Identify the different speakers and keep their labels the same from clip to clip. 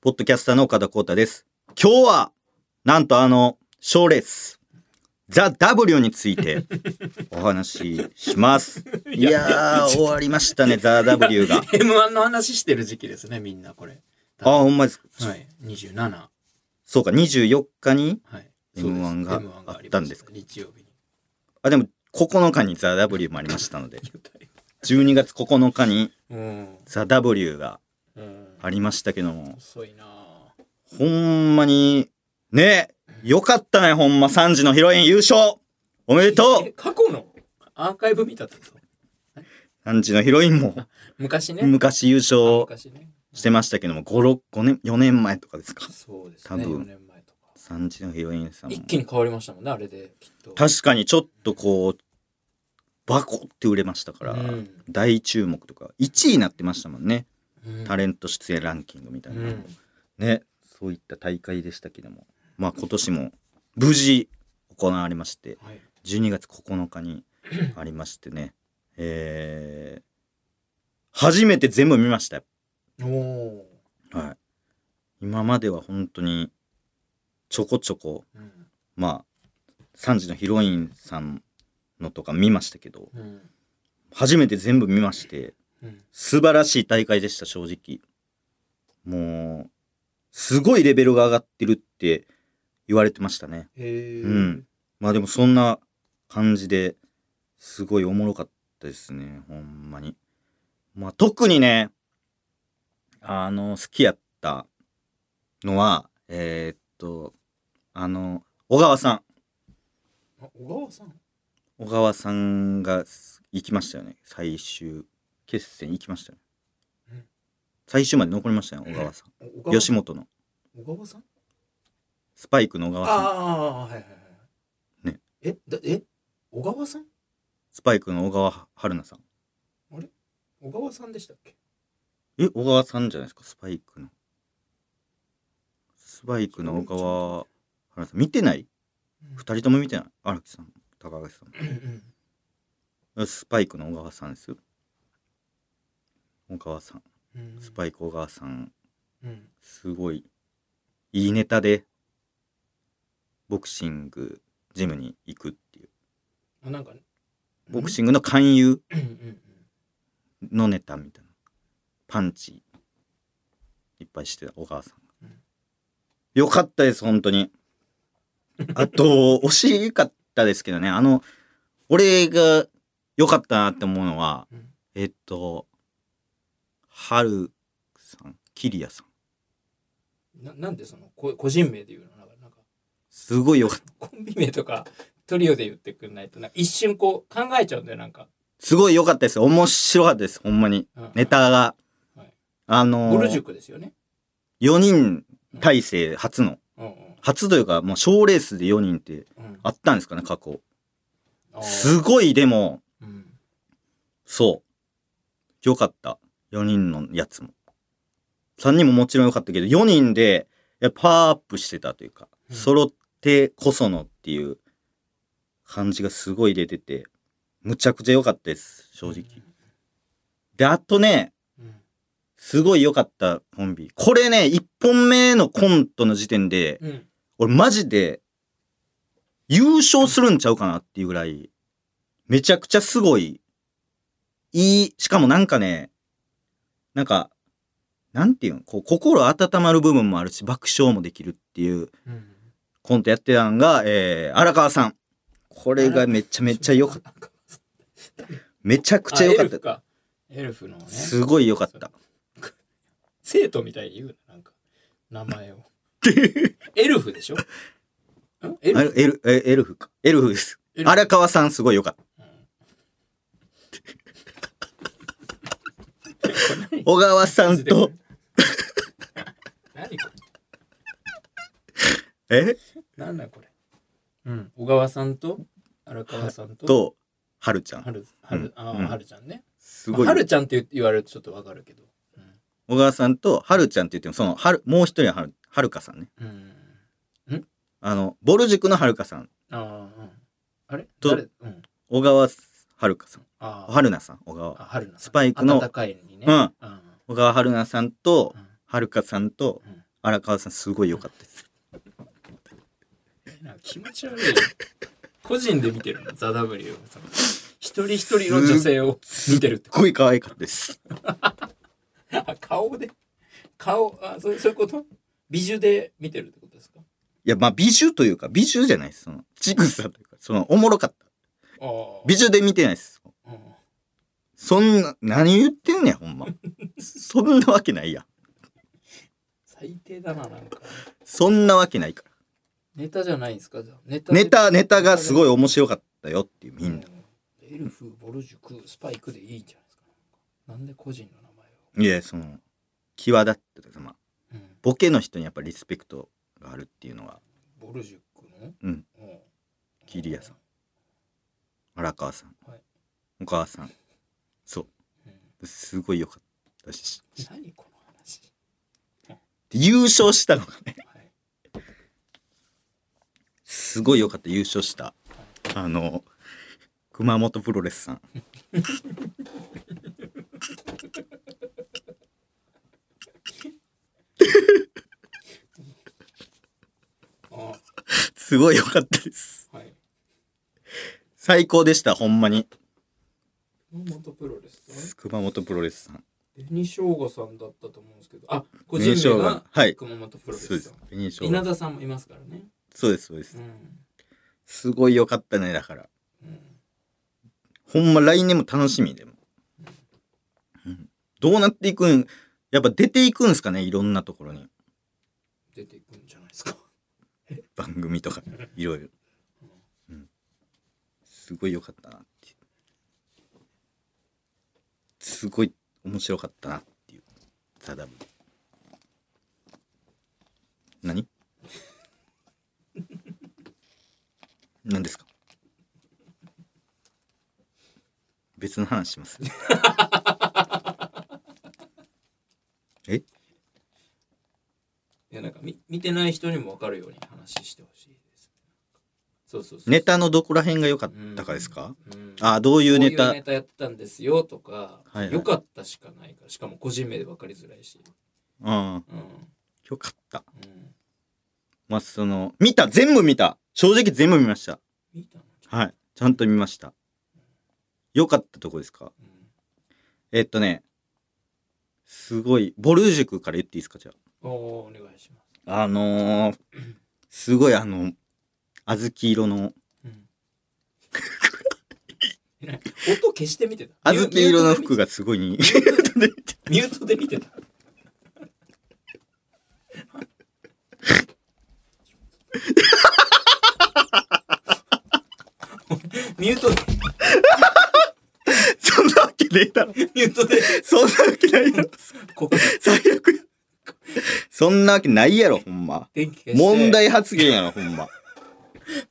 Speaker 1: ポッドキャスターの岡田光太です。今日は、なんとあの、賞レース、ザ・ W につい てお話しします。い
Speaker 2: や
Speaker 1: やー、終わりましたね、ザ・ W が。
Speaker 2: M1 の話してる時期ですね、みんなこれ。
Speaker 1: あ、ほんまです。
Speaker 2: はい。27。は
Speaker 1: そうか、24日に、
Speaker 2: い。
Speaker 1: M1 が
Speaker 2: そうす
Speaker 1: あったんですか
Speaker 2: ありました日曜日に。
Speaker 1: あ、でも、9日にザ・ W もありましたので、12月9日に
Speaker 2: うん。
Speaker 1: ザ・ W が
Speaker 2: うん。
Speaker 1: ありましたけども、
Speaker 2: 遅いなぁ
Speaker 1: ほんまに、ね、よかったね、ほんま、3時のヒロイン優勝おめでと
Speaker 2: え過去のアーカイブ見たってこと
Speaker 1: う !3 時のヒロインも
Speaker 2: 昔ね。
Speaker 1: 昔優
Speaker 2: あ
Speaker 1: 勝
Speaker 2: 昔ね。
Speaker 1: してましたけども、5、6、5年、4年前とかですか。
Speaker 2: そうです
Speaker 1: 多
Speaker 2: ね。
Speaker 1: 分
Speaker 2: 4年前とか。
Speaker 1: 3時のヒロインさんも
Speaker 2: 一。気に変わりましたもんね、あれで、きっと。
Speaker 1: 確かにちょっとこう、バコって売れましたから、
Speaker 2: うん
Speaker 1: 大注目とか、1位になってましたもんね。
Speaker 2: うん
Speaker 1: タレント出演ランキングみたいな。
Speaker 2: うん
Speaker 1: ね、そういった大会でしたけども、まあ今年も無事行われまして、
Speaker 2: はい。
Speaker 1: 12月9日 にありましてね、えー、初めて全部見ましたよ
Speaker 2: おお
Speaker 1: はい。今までは本当に、ちょこちょこ、
Speaker 2: ー。うん
Speaker 1: まあ、3時のヒロインさんのとか見ましたけど、
Speaker 2: うん。
Speaker 1: 初めて全部見まして、
Speaker 2: うん。
Speaker 1: 素晴らしい大会でした、正直。もう、すごいレベルが上がってるって言われてましたね。
Speaker 2: へえ。
Speaker 1: うん。まあでもそんな感じですごいおもろかったですね、ほんまに。まあ特にね、あの、好きやったのは、えーっと、あの、小川さん。
Speaker 2: あ小川さん
Speaker 1: 小川さんがす行きましたよね最終決戦行きましたよ
Speaker 2: う
Speaker 1: ね
Speaker 2: ん
Speaker 1: 最終まで残りましたよ小川さん
Speaker 2: お小川
Speaker 1: 吉
Speaker 2: さん
Speaker 1: 本の
Speaker 2: 小川さん
Speaker 1: スパイクの小川さん
Speaker 2: ああ、はいはいはい。
Speaker 1: ね。
Speaker 2: え、だえ小川さん
Speaker 1: スパイクの小川春菜さん
Speaker 2: 小川さんでしたっけ
Speaker 1: え小川さんじゃないですかスパイクのスパイクの小川春菜さん見てない
Speaker 2: うん
Speaker 1: 二人とも見てない荒木さんも高橋さん
Speaker 2: うんうん
Speaker 1: もスパイクの小川さんですよ小川さん
Speaker 2: うん
Speaker 1: スパイク小川さん
Speaker 2: うん
Speaker 1: すごいいいネタでボクシングジムに行くっていう
Speaker 2: あなんかね
Speaker 1: ボクシングの勧誘
Speaker 2: うんうん
Speaker 1: のネタみたいなパンチいっぱいしてた小川さんが
Speaker 2: うん
Speaker 1: よかったです本当にあと惜しかったですけどねあの俺が良かったなって思うのは
Speaker 2: うんうん
Speaker 1: えっと春さんキリアさん
Speaker 2: ななんでそのこ個人名で言うのなんかなんか
Speaker 1: すごいよかった
Speaker 2: コンビ名とかトリオで言ってくんないとなんか一瞬こう考えちゃうんだよなんか、
Speaker 1: すごい良かったです面白かったですほんまに
Speaker 2: うん
Speaker 1: ネタが、
Speaker 2: はい
Speaker 1: あの
Speaker 2: ぼる
Speaker 1: ー、
Speaker 2: 塾ですよね、
Speaker 1: 4人体制初の、
Speaker 2: うん
Speaker 1: 初というか、もう賞レースで4人って
Speaker 2: うんうん
Speaker 1: あったんですかね、過去。
Speaker 2: あー
Speaker 1: すごい、でも、
Speaker 2: うん
Speaker 1: そう。よかった。4人のやつも。3人ももちろんよかったけど、4人で、やっぱパワーアップしてたというか、
Speaker 2: うん
Speaker 1: 揃ってこそのっていう感じがすごい出てて、むちゃくちゃ良かったです、正直。で、あとね、
Speaker 2: うん
Speaker 1: すごい良かったコンビ。これね、1本目のコントの時点で、
Speaker 2: うんうん
Speaker 1: 俺マジで優勝するんちゃうかなっていうぐらい、めちゃくちゃすごい、いい、しかもなんかね、なんか、なんていうん、こう、心温まる部分もあるし、爆笑もできるっていう
Speaker 2: うん
Speaker 1: コントやってたんが、えー、荒川さん。これがめちゃめちゃ良かった。
Speaker 2: た
Speaker 1: めちゃくちゃ良か
Speaker 2: エル
Speaker 1: っ
Speaker 2: フ
Speaker 1: た。
Speaker 2: かエルフのね
Speaker 1: すごい良かった。
Speaker 2: 生徒みたいに言うななんか名前をエルフでしょんエル
Speaker 1: あ
Speaker 2: フ
Speaker 1: れエル、えエルフか。エルフです。
Speaker 2: エルフ
Speaker 1: 荒川さんすごい良かった。小川さんと、
Speaker 2: 何これ
Speaker 1: え
Speaker 2: 何だこれうん小川さんと荒川さんと
Speaker 1: と、はるちゃ
Speaker 2: は
Speaker 1: ん。
Speaker 2: るは
Speaker 1: うん
Speaker 2: るあー
Speaker 1: うん
Speaker 2: はるちゃんね
Speaker 1: す
Speaker 2: ま
Speaker 1: ご
Speaker 2: あ
Speaker 1: い。
Speaker 2: はるちゃんって言言われるとちょっとわかるけど
Speaker 1: 小川さんと、はるちゃんって言っても、その、はる、もう一人ははる、はるかさんね。
Speaker 2: うんうん
Speaker 1: あの、ボル塾のはるかさん、
Speaker 2: あーうんあれ
Speaker 1: と
Speaker 2: 誰うん
Speaker 1: 小川はるかさん、
Speaker 2: あー
Speaker 1: はるなさん、小川。
Speaker 2: あ春菜
Speaker 1: スパイクの
Speaker 2: 暖かいにね
Speaker 1: うん
Speaker 2: うん
Speaker 1: 小川はるなさんと
Speaker 2: う、ん
Speaker 1: はるかさんと
Speaker 2: うん、
Speaker 1: 荒川さんすごい良かったです
Speaker 2: なんか気持ち悪いよ。個人で見てるの、ザ・ W を。その一人一人の女性を見てるって
Speaker 1: すっごい可愛かったです
Speaker 2: あ顔で顔あそうそういうこと美女で見てるってことですか
Speaker 1: いやまあ美女というか美女じゃないですそのちぐさというかそのおもろかった
Speaker 2: ああ
Speaker 1: 美女で見てないです
Speaker 2: うん
Speaker 1: そんな何言ってんねんほんまそんなわけないやん
Speaker 2: 最低だななんか
Speaker 1: そんなわけないか
Speaker 2: ネタじゃないんですかじゃあネタ
Speaker 1: らネタネタがすごい
Speaker 2: い
Speaker 1: 面白かったよっていうみんな
Speaker 2: エルフボルジュクスパイクでいいんじゃないですかなんで個人の名前を
Speaker 1: いやその際立ってたまあ
Speaker 2: うん
Speaker 1: ボケの人にやっぱリスペクトがあるっていうのは
Speaker 2: ボルジュクの
Speaker 1: うん
Speaker 2: うん
Speaker 1: キリヤさん荒川さん、
Speaker 2: はい
Speaker 1: お母さんそ
Speaker 2: うん
Speaker 1: うすごい良かったし
Speaker 2: 何この話
Speaker 1: 優勝したのがね
Speaker 2: はい
Speaker 1: すごい良かった優勝したあの熊本プロレスさん
Speaker 2: あ
Speaker 1: すごい良かったです
Speaker 2: あはい
Speaker 1: 最高でしたほんまに
Speaker 2: 元プロレスね
Speaker 1: 熊本プロレスさん
Speaker 2: 紅しょうがさんだったと思うんですけどあ個人
Speaker 1: 紅
Speaker 2: 名
Speaker 1: 生姜
Speaker 2: が
Speaker 1: はい
Speaker 2: 熊本プロレ
Speaker 1: そうで
Speaker 2: スさ
Speaker 1: す
Speaker 2: ん
Speaker 1: 紅生
Speaker 2: 稲
Speaker 1: 姜
Speaker 2: 田さんもいますからね
Speaker 1: そうですそうです
Speaker 2: うん
Speaker 1: すごい良かったねだから
Speaker 2: うん
Speaker 1: ほんま来年も楽しみでも、うん、どうなっていくんやっぱ出ていくんすかねいろんなところに
Speaker 2: 出ていくんじゃないですか
Speaker 1: 番組とかいろいろ、うん、すごい良かったなっていうすごい面白かったなっていうザダブ何何ですか別の話しますえ
Speaker 2: いやなんか見見てない人にも分かるように話してほしいですそうそうそう
Speaker 1: ネタのどこら辺が良かったかですか、
Speaker 2: うん
Speaker 1: ああどうい
Speaker 2: こ
Speaker 1: う
Speaker 2: うい
Speaker 1: ネ
Speaker 2: う
Speaker 1: タ
Speaker 2: ネタやってたんですよとか、
Speaker 1: はいはい
Speaker 2: よかったしかないからしかも個人名で分かりづらいし、
Speaker 1: うん
Speaker 2: うん
Speaker 1: よかった
Speaker 2: うん、
Speaker 1: まあその見た全部見た正直全部見ました
Speaker 2: 見たの、
Speaker 1: はいちゃんと見ました良かったとこですか
Speaker 2: うん
Speaker 1: えっとねすごいボルージュクから言っていいですかじゃ
Speaker 2: おおお願いします、
Speaker 1: ああのー、すごいあの小豆色の
Speaker 2: うん、えらい音消してみてた
Speaker 1: 小豆色の服がすごいに
Speaker 2: ミュートで見てたミュートで
Speaker 1: そんなわけねえだろ
Speaker 2: ミュートで
Speaker 1: そんなわけないやろ
Speaker 2: ここ
Speaker 1: 最悪やそんなわけないやろほんま
Speaker 2: 電気消して
Speaker 1: 問題発言やろほん ま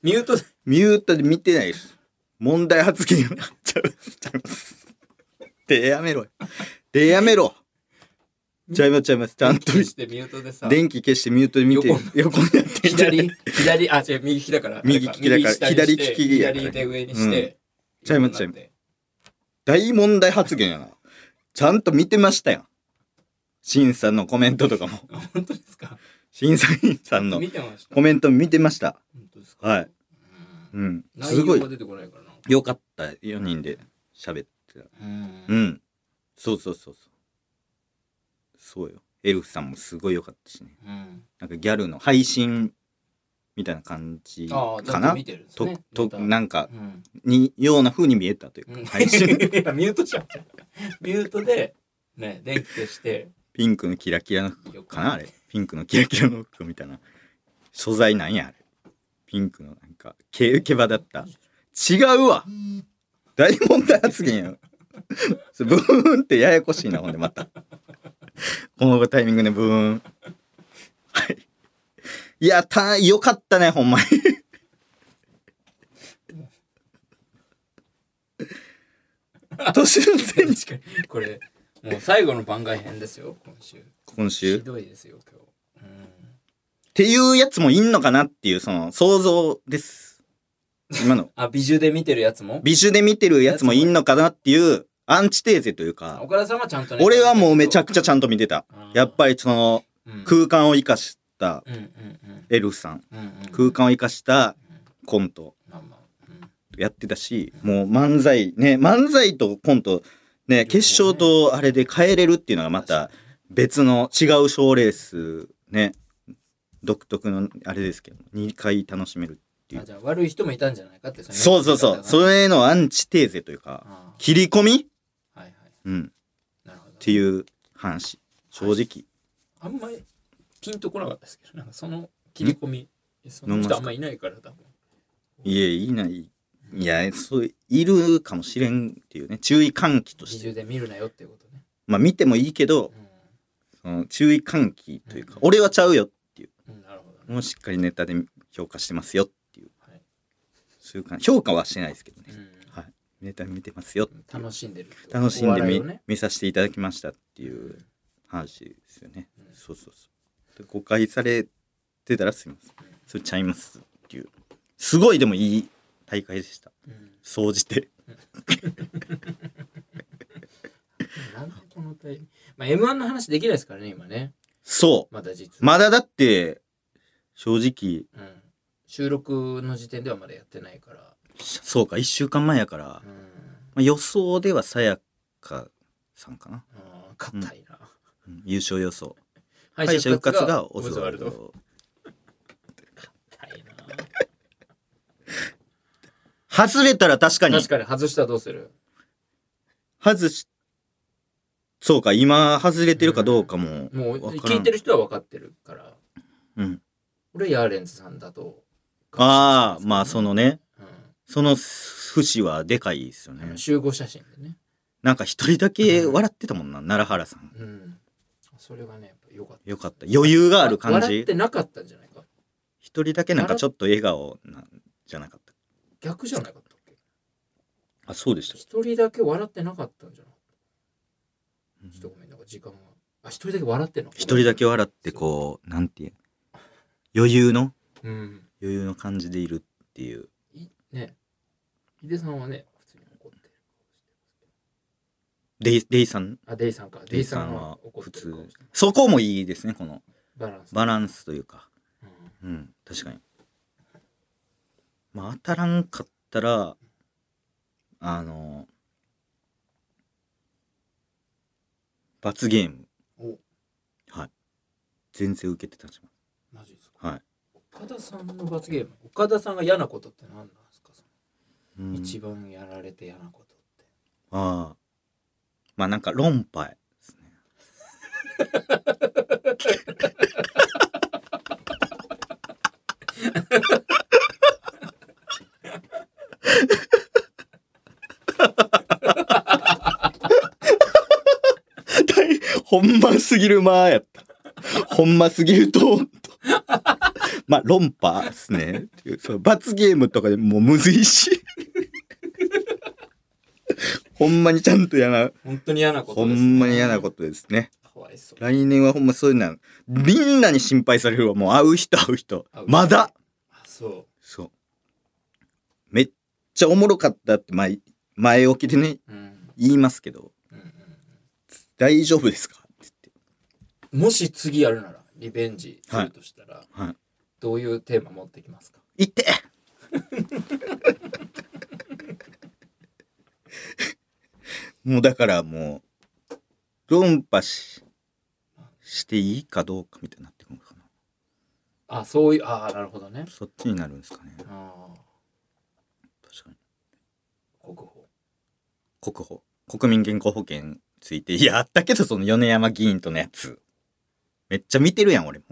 Speaker 2: ミュートで
Speaker 1: ミュートで見てないです。問題発言になっちゃう。ちゃいます。でやめろよ。でやめろ。ちゃいますちゃいます。ちゃんと
Speaker 2: 消してミュートでさ
Speaker 1: 電気消してミュートで見て横にやってんじゃない
Speaker 2: 左左あ違う右利きだから
Speaker 1: 右利きだから
Speaker 2: 右下にして
Speaker 1: 左利きやから
Speaker 2: 左手上にして、
Speaker 1: うんちゃいますちゃいま大問題発言やな。ちゃんと見てましたよ。しんさんのコメントとかも。
Speaker 2: あ本当ですか
Speaker 1: しんさんさんの
Speaker 2: 見てました
Speaker 1: コメント見てました。
Speaker 2: 本当ですか
Speaker 1: はい。
Speaker 2: うん
Speaker 1: うん。
Speaker 2: 内
Speaker 1: す
Speaker 2: 容
Speaker 1: ごい
Speaker 2: が。出てこないからな
Speaker 1: よかった。4人で喋ってた。
Speaker 2: うん
Speaker 1: うん。そうそうそうそう。そうよ。エルフさんもすごい良かったしね。
Speaker 2: うん
Speaker 1: なんかギャルの配信みたいな感じ
Speaker 2: あ
Speaker 1: か
Speaker 2: あちゃんと
Speaker 1: な
Speaker 2: 見てるんです
Speaker 1: と,、
Speaker 2: ね
Speaker 1: となんか
Speaker 2: うん
Speaker 1: にような風に見えたという
Speaker 2: う
Speaker 1: か、
Speaker 2: ん
Speaker 1: 配信
Speaker 2: いや ミュートじゃんミュートでね電気消して
Speaker 1: ピンクのキラキラの服
Speaker 2: よく
Speaker 1: かなあれピンクのキラキラの服みたいな所在なんやあれピンクのなんか毛毛羽だった違うわ大問題発言やろそれブーンってややこしいなほんでまたこのタイミングでブーンはいいやたよかったねほんまに年のせ
Speaker 2: 確
Speaker 1: い
Speaker 2: か
Speaker 1: に
Speaker 2: にこれもう最後の番外編ですよ今週
Speaker 1: 今週
Speaker 2: ひどいですよ今日うん
Speaker 1: っていうやつもいんのかなっていうその想像です今の
Speaker 2: あ美女で見てるやつも
Speaker 1: 美酒で見てるやつもいんのかなっていうアンチテーゼというか
Speaker 2: 岡田さんはちゃんとね
Speaker 1: 俺はもうめちゃくちゃちゃんと見てた
Speaker 2: うん
Speaker 1: やっぱりその
Speaker 2: うん
Speaker 1: 空間を生かした
Speaker 2: うんうん
Speaker 1: エルフさん
Speaker 2: うんうんうん
Speaker 1: 空間を生かしたコント
Speaker 2: まあまあうん
Speaker 1: やってたしもう漫才ね漫才とコントね決勝とあれで変えれるっていうのがまた別の違う賞レースね独特のあれですけど2回楽しめるていう
Speaker 2: あじゃあ悪い人もいたんじゃないかって
Speaker 1: そうそうそう
Speaker 2: う
Speaker 1: それのアンチテーゼというか
Speaker 2: あ
Speaker 1: 切り込み、
Speaker 2: あはいはい
Speaker 1: うん、
Speaker 2: なるほど
Speaker 1: っていう話正直、
Speaker 2: あんまりピンとこなかったですけどなんかその切り込みその
Speaker 1: 飲みます
Speaker 2: 人
Speaker 1: か
Speaker 2: あんまりいないから多分
Speaker 1: い、えいないいやそういるかもしれんっていうね注意喚起と
Speaker 2: 比
Speaker 1: して
Speaker 2: 重で見るなよっていうことね
Speaker 1: まあ見てもいいけどその注意喚起というか、俺はちゃうよ
Speaker 2: うん、うん、なるほどね
Speaker 1: もうしっかりネタで評価してますよっていう
Speaker 2: はい
Speaker 1: そういう感じ評価はしてないですけどね、
Speaker 2: う
Speaker 1: はいネタ見てますよってい
Speaker 2: ん
Speaker 1: う
Speaker 2: 楽しんでるってこと
Speaker 1: 楽しん
Speaker 2: お
Speaker 1: で
Speaker 2: 笑い
Speaker 1: み、
Speaker 2: をね
Speaker 1: 見させていただきましたっていう話ですよね、
Speaker 2: うん
Speaker 1: そうそうそうで誤解されてたらすみませんそれちゃいますっていうすごいでもいい大会でした
Speaker 2: うん
Speaker 1: 総じて
Speaker 2: なんでこのタイミングまあ M1 の話できないですからね今ね
Speaker 1: そ
Speaker 2: まだ実
Speaker 1: うまだだって正直
Speaker 2: うん、収録の時点ではまだやってないから、
Speaker 1: そうか1週間前やから、ま
Speaker 2: うん、
Speaker 1: あ、予想ではさやかさんかな、
Speaker 2: あー硬いな、
Speaker 1: うん優勝予想
Speaker 2: 敗
Speaker 1: 敗者復活がオズワルド
Speaker 2: 硬いな
Speaker 1: 外れたら確かに
Speaker 2: 確かに外したらどうする
Speaker 1: 外しそうか今外れてるかどうかも、
Speaker 2: もう
Speaker 1: わからん
Speaker 2: 聞いてる人は分かってるから
Speaker 1: うん、
Speaker 2: 俺ヤーレンズさんだと
Speaker 1: ああまあそ
Speaker 2: の、
Speaker 1: のね
Speaker 2: うん
Speaker 1: その節はでかいですよ
Speaker 2: あ
Speaker 1: ね
Speaker 2: の集合写真でね、
Speaker 1: なんか一人だけ笑ってたもんな奈良原さん
Speaker 2: うん、それがねやっぱ良かった
Speaker 1: よかった余裕がある感
Speaker 2: 笑
Speaker 1: じ
Speaker 2: ってなかったんじゃないか
Speaker 1: 一人だけなんかちょっと笑顔なんじゃなかっ
Speaker 2: 逆じゃなかったっけ
Speaker 1: たあそうでした
Speaker 2: 一人だけ笑ってなかったんじゃなか
Speaker 1: うん
Speaker 2: ったちょっとごめんなんか時間があ一人だけ笑ってんの
Speaker 1: 一人だけ笑ってこうなんていう余裕の
Speaker 2: うん
Speaker 1: 余裕の感じでいるっていう
Speaker 2: いね井出さんはね普通に怒ってる
Speaker 1: デイデイさん
Speaker 2: あデイさんか
Speaker 1: デイさんは
Speaker 2: 怒っ
Speaker 1: 普
Speaker 2: てる顔
Speaker 1: 通
Speaker 2: してる
Speaker 1: そこもいいですねこの
Speaker 2: バランス
Speaker 1: バランスというか
Speaker 2: うん
Speaker 1: うん確かにまあ当たらんかったらあの罰ゲーム
Speaker 2: お
Speaker 1: はい全然受けてたじ
Speaker 2: マジですか
Speaker 1: ゃんはい、
Speaker 2: 岡田さんの罰ゲーム岡田さんが嫌なことって何なんですか、そ
Speaker 1: うん
Speaker 2: の一番やられて嫌なことって
Speaker 1: ああまあなんか論破ですね大ほんますぎるまーやったほんますぎるとーんとまあ論破ですねっていうそう罰ゲームとかでもうむずいしほんまにちゃんと嫌な
Speaker 2: 本当に嫌なこと
Speaker 1: ほ
Speaker 2: です、
Speaker 1: んまに嫌な
Speaker 2: と
Speaker 1: ことですね。
Speaker 2: かわいそう
Speaker 1: 来年はほんまそういうの、みんなに心配されるわ。もう会う人会う人
Speaker 2: あ。
Speaker 1: まだ
Speaker 2: あそ
Speaker 1: そう。めっちゃおもろかったって前、前置きでね、
Speaker 2: ううん
Speaker 1: 言いますけど、
Speaker 2: うんうん
Speaker 1: 大丈夫ですかって
Speaker 2: うんもし次やるならリベンジするとしたら、
Speaker 1: 言って。は
Speaker 2: どういうテーマ持ってきますか
Speaker 1: い。行って もうだからもう、論破し、していいかどうかみたいになってくるのかな。
Speaker 2: あそういうああなるほどね
Speaker 1: そっちになるんですかね。
Speaker 2: ああ
Speaker 1: 確かに。
Speaker 2: 国宝
Speaker 1: 国保国民健康保険についていやあったけどその米山議員とのやつめっちゃ見てるやん俺も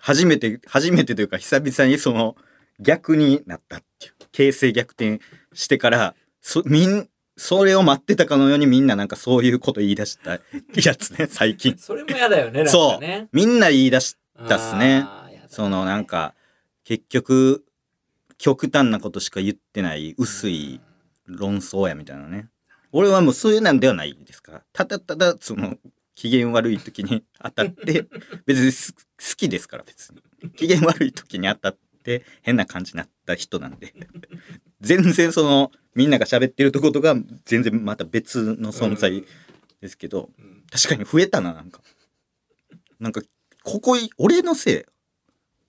Speaker 1: 初めて初めてというか久々にその逆になったっていう形勢逆転してからそみんそれを待ってたかのようにみんななんかそういうこと言い出したやつね 最近
Speaker 2: それも嫌だよねなん
Speaker 1: そ
Speaker 2: か
Speaker 1: う
Speaker 2: ね
Speaker 1: みんな言い出しだっすね
Speaker 2: あーやだ
Speaker 1: そのなんか結局極端なことしか言ってない薄い論争やみたいなね俺はもうそういうなんではないですからただただその機嫌悪い時に 当たって別にす好きですから別に機嫌悪い時に当たって変な感じになった人なんで全然そのみんなが喋ってるとことが全然また別の存在ですけど、
Speaker 2: うん
Speaker 1: 確かに増えたななんかなんか、ここい、俺のせ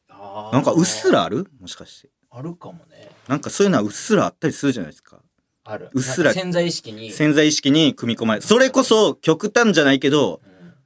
Speaker 2: あ
Speaker 1: い
Speaker 2: ー
Speaker 1: なんかうっすらあるもしかして。
Speaker 2: あるかもね
Speaker 1: なんかそういうのはうっすらあったりするじゃないですか。
Speaker 2: ある
Speaker 1: うっすら
Speaker 2: なんか潜在意識に、
Speaker 1: 潜在意識に組み込まれそれこそ極端じゃないけど、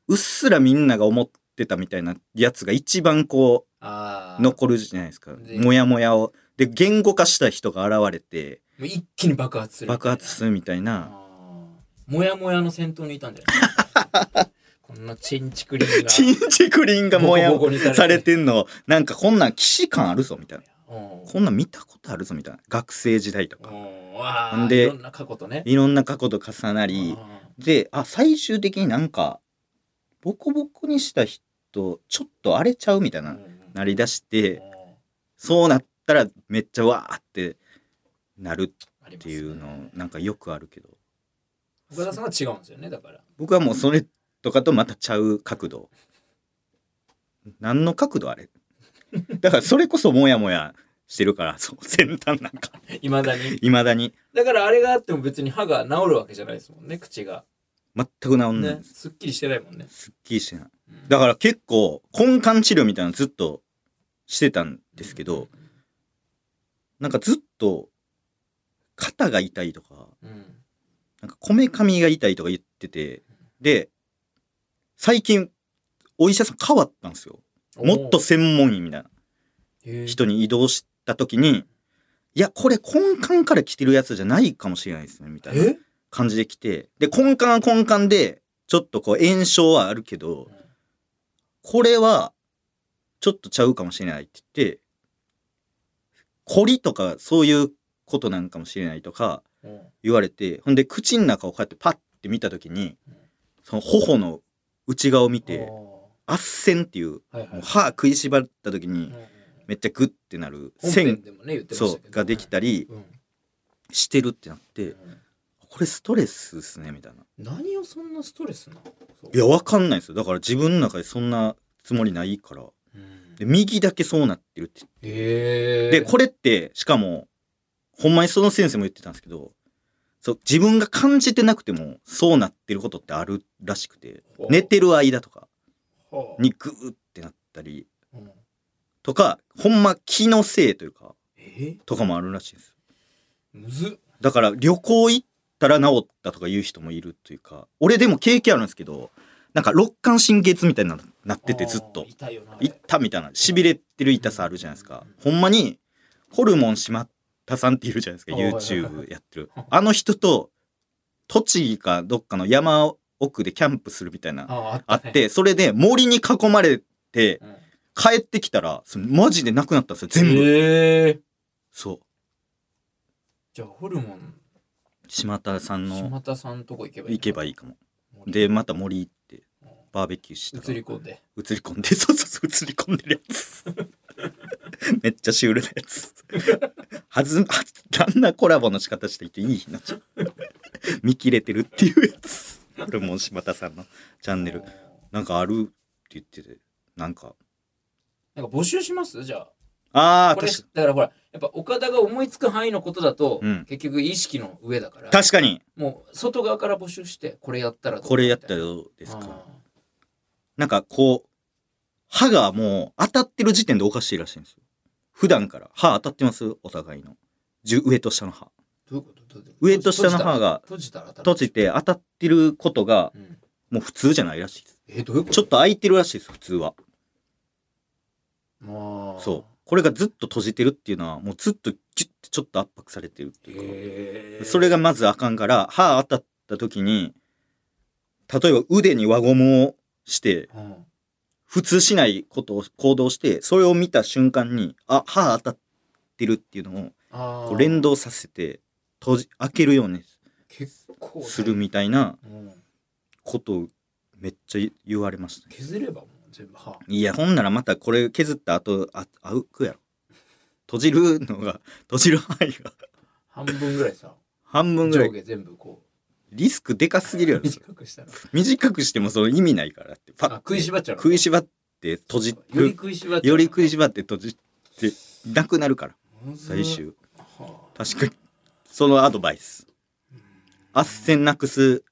Speaker 2: う
Speaker 1: う
Speaker 2: ん
Speaker 1: っすらみんなが思ってたみたいなやつが一番こ
Speaker 2: あ
Speaker 1: う、
Speaker 2: ー
Speaker 1: 残るじゃないですか。
Speaker 2: で
Speaker 1: もやもやを。で、言語化した人が現れて、
Speaker 2: もう一気に爆発する
Speaker 1: 爆発するみたいな。
Speaker 2: あーもやもやの先頭にいたんじゃない こんなチンチクリンが
Speaker 1: チンチクリンがもや
Speaker 2: ボコボコに
Speaker 1: されてんの、なんかこんなん既視感あるぞみたいな。
Speaker 2: うん
Speaker 1: こんなん見たことあるぞみたいな。学生時代とか。
Speaker 2: うんあ
Speaker 1: ほん
Speaker 2: ー
Speaker 1: で
Speaker 2: いろんな過去とね
Speaker 1: いろんな過去と重なり、で、あ、最終的になんか、ボコボコにした人、ちょっと荒れちゃうみたい
Speaker 2: うん
Speaker 1: な
Speaker 2: う、ん
Speaker 1: なりだして、
Speaker 2: うん
Speaker 1: そうなったらめっちゃわーってなる
Speaker 2: あ
Speaker 1: っ
Speaker 2: ります
Speaker 1: て
Speaker 2: ね
Speaker 1: いうの、なんかよくあるけど。
Speaker 2: 岡田さんは違うんですよねだから
Speaker 1: 僕はもうそれとかとまたちゃう角度何の角度あれだからそれこそモヤモヤしてるからそう先端なんか
Speaker 2: いまだに
Speaker 1: いまだに
Speaker 2: だからあれがあっても別に歯が治るわけじゃないですもんね口が
Speaker 1: 全く治んないん
Speaker 2: ね
Speaker 1: です、
Speaker 2: すっきりしてないもんね
Speaker 1: すっきりしてない
Speaker 2: うん
Speaker 1: だから結構根幹治療みたいなのずっとしてたんですけど、なんかずっと肩が痛いとか
Speaker 2: うん
Speaker 1: なんかこめかみが痛いとか言っててで最近お医者さん変わったんですよもっと専門医みたいな人に移動した時に、いや、これ根幹から来てるやつじゃないかもしれないですね、みたいな
Speaker 2: え
Speaker 1: 感じで来て、で、根幹は根幹で、ちょっとこう炎症はあるけど、これは、ちょっとちゃうかもしれないって言って、コリとかそういうことなんかもしれないとか
Speaker 2: うん
Speaker 1: 言われて、ほんで口の中をこうやってパッて見た時に
Speaker 2: うん、
Speaker 1: その頬の内側を見て、
Speaker 2: お
Speaker 1: 圧線っていう、
Speaker 2: ーはいは
Speaker 1: もう
Speaker 2: い
Speaker 1: 歯食いしばった時に
Speaker 2: うんうん
Speaker 1: めっちゃグッてなる
Speaker 2: 本
Speaker 1: 線
Speaker 2: 編でもね言ってました
Speaker 1: そ
Speaker 2: けど
Speaker 1: うができたり
Speaker 2: うん
Speaker 1: してるってなって
Speaker 2: うん
Speaker 1: これストレスですねみたいな
Speaker 2: 何をそんなストレスなのそう
Speaker 1: いやわかんないですよだから自分の中でそんなつもりないから
Speaker 2: うん
Speaker 1: で右だけそうなってるって
Speaker 2: へ
Speaker 1: で
Speaker 2: ー
Speaker 1: これってしかもほんまにその先生も言ってたんですけどそう自分が感じてなくてもそうなってることってあるらしくて
Speaker 2: ほう
Speaker 1: 寝てる間とか
Speaker 2: ほう
Speaker 1: にグーってなったり
Speaker 2: うん
Speaker 1: とかほんま気のせいというか
Speaker 2: え
Speaker 1: とかもあるらしいんです
Speaker 2: むずっ
Speaker 1: だから旅行行ったら治ったとか言う人もいるというか俺でも経験あるんですけどなんか肋間神経痛みたいにななっててずっ
Speaker 2: あ
Speaker 1: と
Speaker 2: ー痛いよなあれ
Speaker 1: 行ったみたいなしびれてる痛さあるじゃないですかほんまにホルモン島田さんっているじゃないですか
Speaker 2: あーはいはいは
Speaker 1: YouTube やってるあの人と栃木かどっかの山奥でキャンプするみたいな
Speaker 2: あー
Speaker 1: あ
Speaker 2: あ
Speaker 1: っ
Speaker 2: ね
Speaker 1: てそれで森に囲まれて
Speaker 2: うん
Speaker 1: 帰ってきたらそのマジでなくなったんですよ全部
Speaker 2: へー
Speaker 1: そう
Speaker 2: じゃあホルモン
Speaker 1: 島田さんの
Speaker 2: 島田さんとこ行けばいい
Speaker 1: 行けば
Speaker 2: い
Speaker 1: いいかもでまた森行ってバーベキューして
Speaker 2: 映り込んで
Speaker 1: 映り込んでそうそうそう映り込んでるやつ めっちゃシュールなやつはずはあんなコラボの仕方していていいな ちょ見切れてるっていうやつホルモン柴田さんのチャンネルなんかあるって言っててなんか
Speaker 2: なんか募集しますじゃあ
Speaker 1: あー
Speaker 2: これ
Speaker 1: 確か
Speaker 2: だからほらやっぱ岡田が思いつく範囲のことだと、
Speaker 1: うん
Speaker 2: 結局意識の上だから
Speaker 1: 確かに
Speaker 2: もう外側から募集してこれやったらどう
Speaker 1: これやったら
Speaker 2: み
Speaker 1: どうで
Speaker 2: た
Speaker 1: す
Speaker 2: いな
Speaker 1: かなんかこう歯がもう当たってる時点でおかしいらしいんですよ普段から歯当たってますお互いのじゅ上と下の歯
Speaker 2: どういうことどういうこと
Speaker 1: 上と下の歯が
Speaker 2: 閉じたら閉
Speaker 1: 閉じ、て当たってることが
Speaker 2: うん、
Speaker 1: もう普通じゃないらしいです。
Speaker 2: えどういうこと
Speaker 1: ちょっと空いてるらしいです、普通は。
Speaker 2: まあ
Speaker 1: そう。これがずっと閉じてるっていうのは、もうずっとギュッてちょっと圧迫されてるっていう
Speaker 2: へ
Speaker 1: か、
Speaker 2: ー
Speaker 1: それがまずあかんから、歯当たった時に、例えば腕に輪ゴムをして、
Speaker 2: うん
Speaker 1: 普通しないことを行動して、それを見た瞬間に、あ、歯当たってるっていうのを
Speaker 2: あー
Speaker 1: こう連動させて、閉じ、開けるように
Speaker 2: 結構
Speaker 1: するみたいな
Speaker 2: たい、うん
Speaker 1: ことをめっちゃ言われましたね。
Speaker 2: 削ればもう全部歯
Speaker 1: いや、ほんならまたこれ削った後、あ、あうくやろ。閉じるのが、閉じる範囲が
Speaker 2: 半分ぐらいさ
Speaker 1: 半分ぐら
Speaker 2: 上
Speaker 1: い。
Speaker 2: 下全部こ
Speaker 1: リスクでか
Speaker 2: う
Speaker 1: すぎるやろ。それ
Speaker 2: 短くしたら
Speaker 1: 短くしてもその意味ないからって。パ
Speaker 2: あ
Speaker 1: ッて
Speaker 2: 食いしばっちゃうの
Speaker 1: 食いしばって閉じ
Speaker 2: より
Speaker 1: る。
Speaker 2: 食いしばっちゃう
Speaker 1: より食いしばって閉じて、なくなるから、
Speaker 2: むず
Speaker 1: 最終。
Speaker 2: はあ
Speaker 1: 確かに。そのアドバイス。
Speaker 2: うん
Speaker 1: 圧線なくす。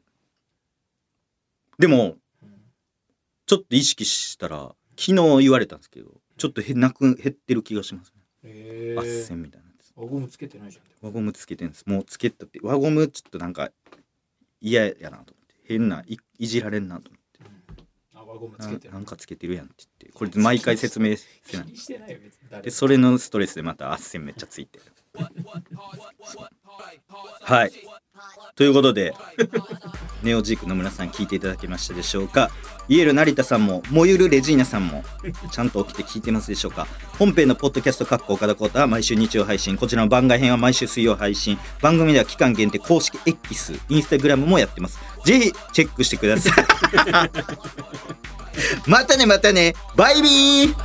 Speaker 1: でも、ちょっと意識したら昨日言われたんですけどちょっとへなく減ってる気がしますね
Speaker 2: え
Speaker 1: あっ
Speaker 2: え
Speaker 1: せんみたいなやつ
Speaker 2: 輪ゴムつけてないじゃんでも
Speaker 1: 輪ゴムつけてんですもうつけたって輪ゴムちょっとなんか嫌やなと思って変ないいじられんなと思
Speaker 2: あ輪ゴムつけ
Speaker 1: ってて
Speaker 2: る
Speaker 1: ななんかつけてるやんって言ってこれ毎回説明して
Speaker 2: 気
Speaker 1: ない
Speaker 2: にしてないよ別に誰も
Speaker 1: でそれのストレスでまたあっせんめっちゃついてはいということでネオジークの皆さん聞いていただけましたでしょうかイエル成田さんもモユルレジーナさんもちゃんと起きて聞いてますでしょうか本編のポッドキャストかっこ岡田コータは毎週日曜配信こちらの番外編は毎週水曜配信番組では期間限定公式 X インスタグラムもやってますぜひ チェックしてくださいまたねまたねバイビー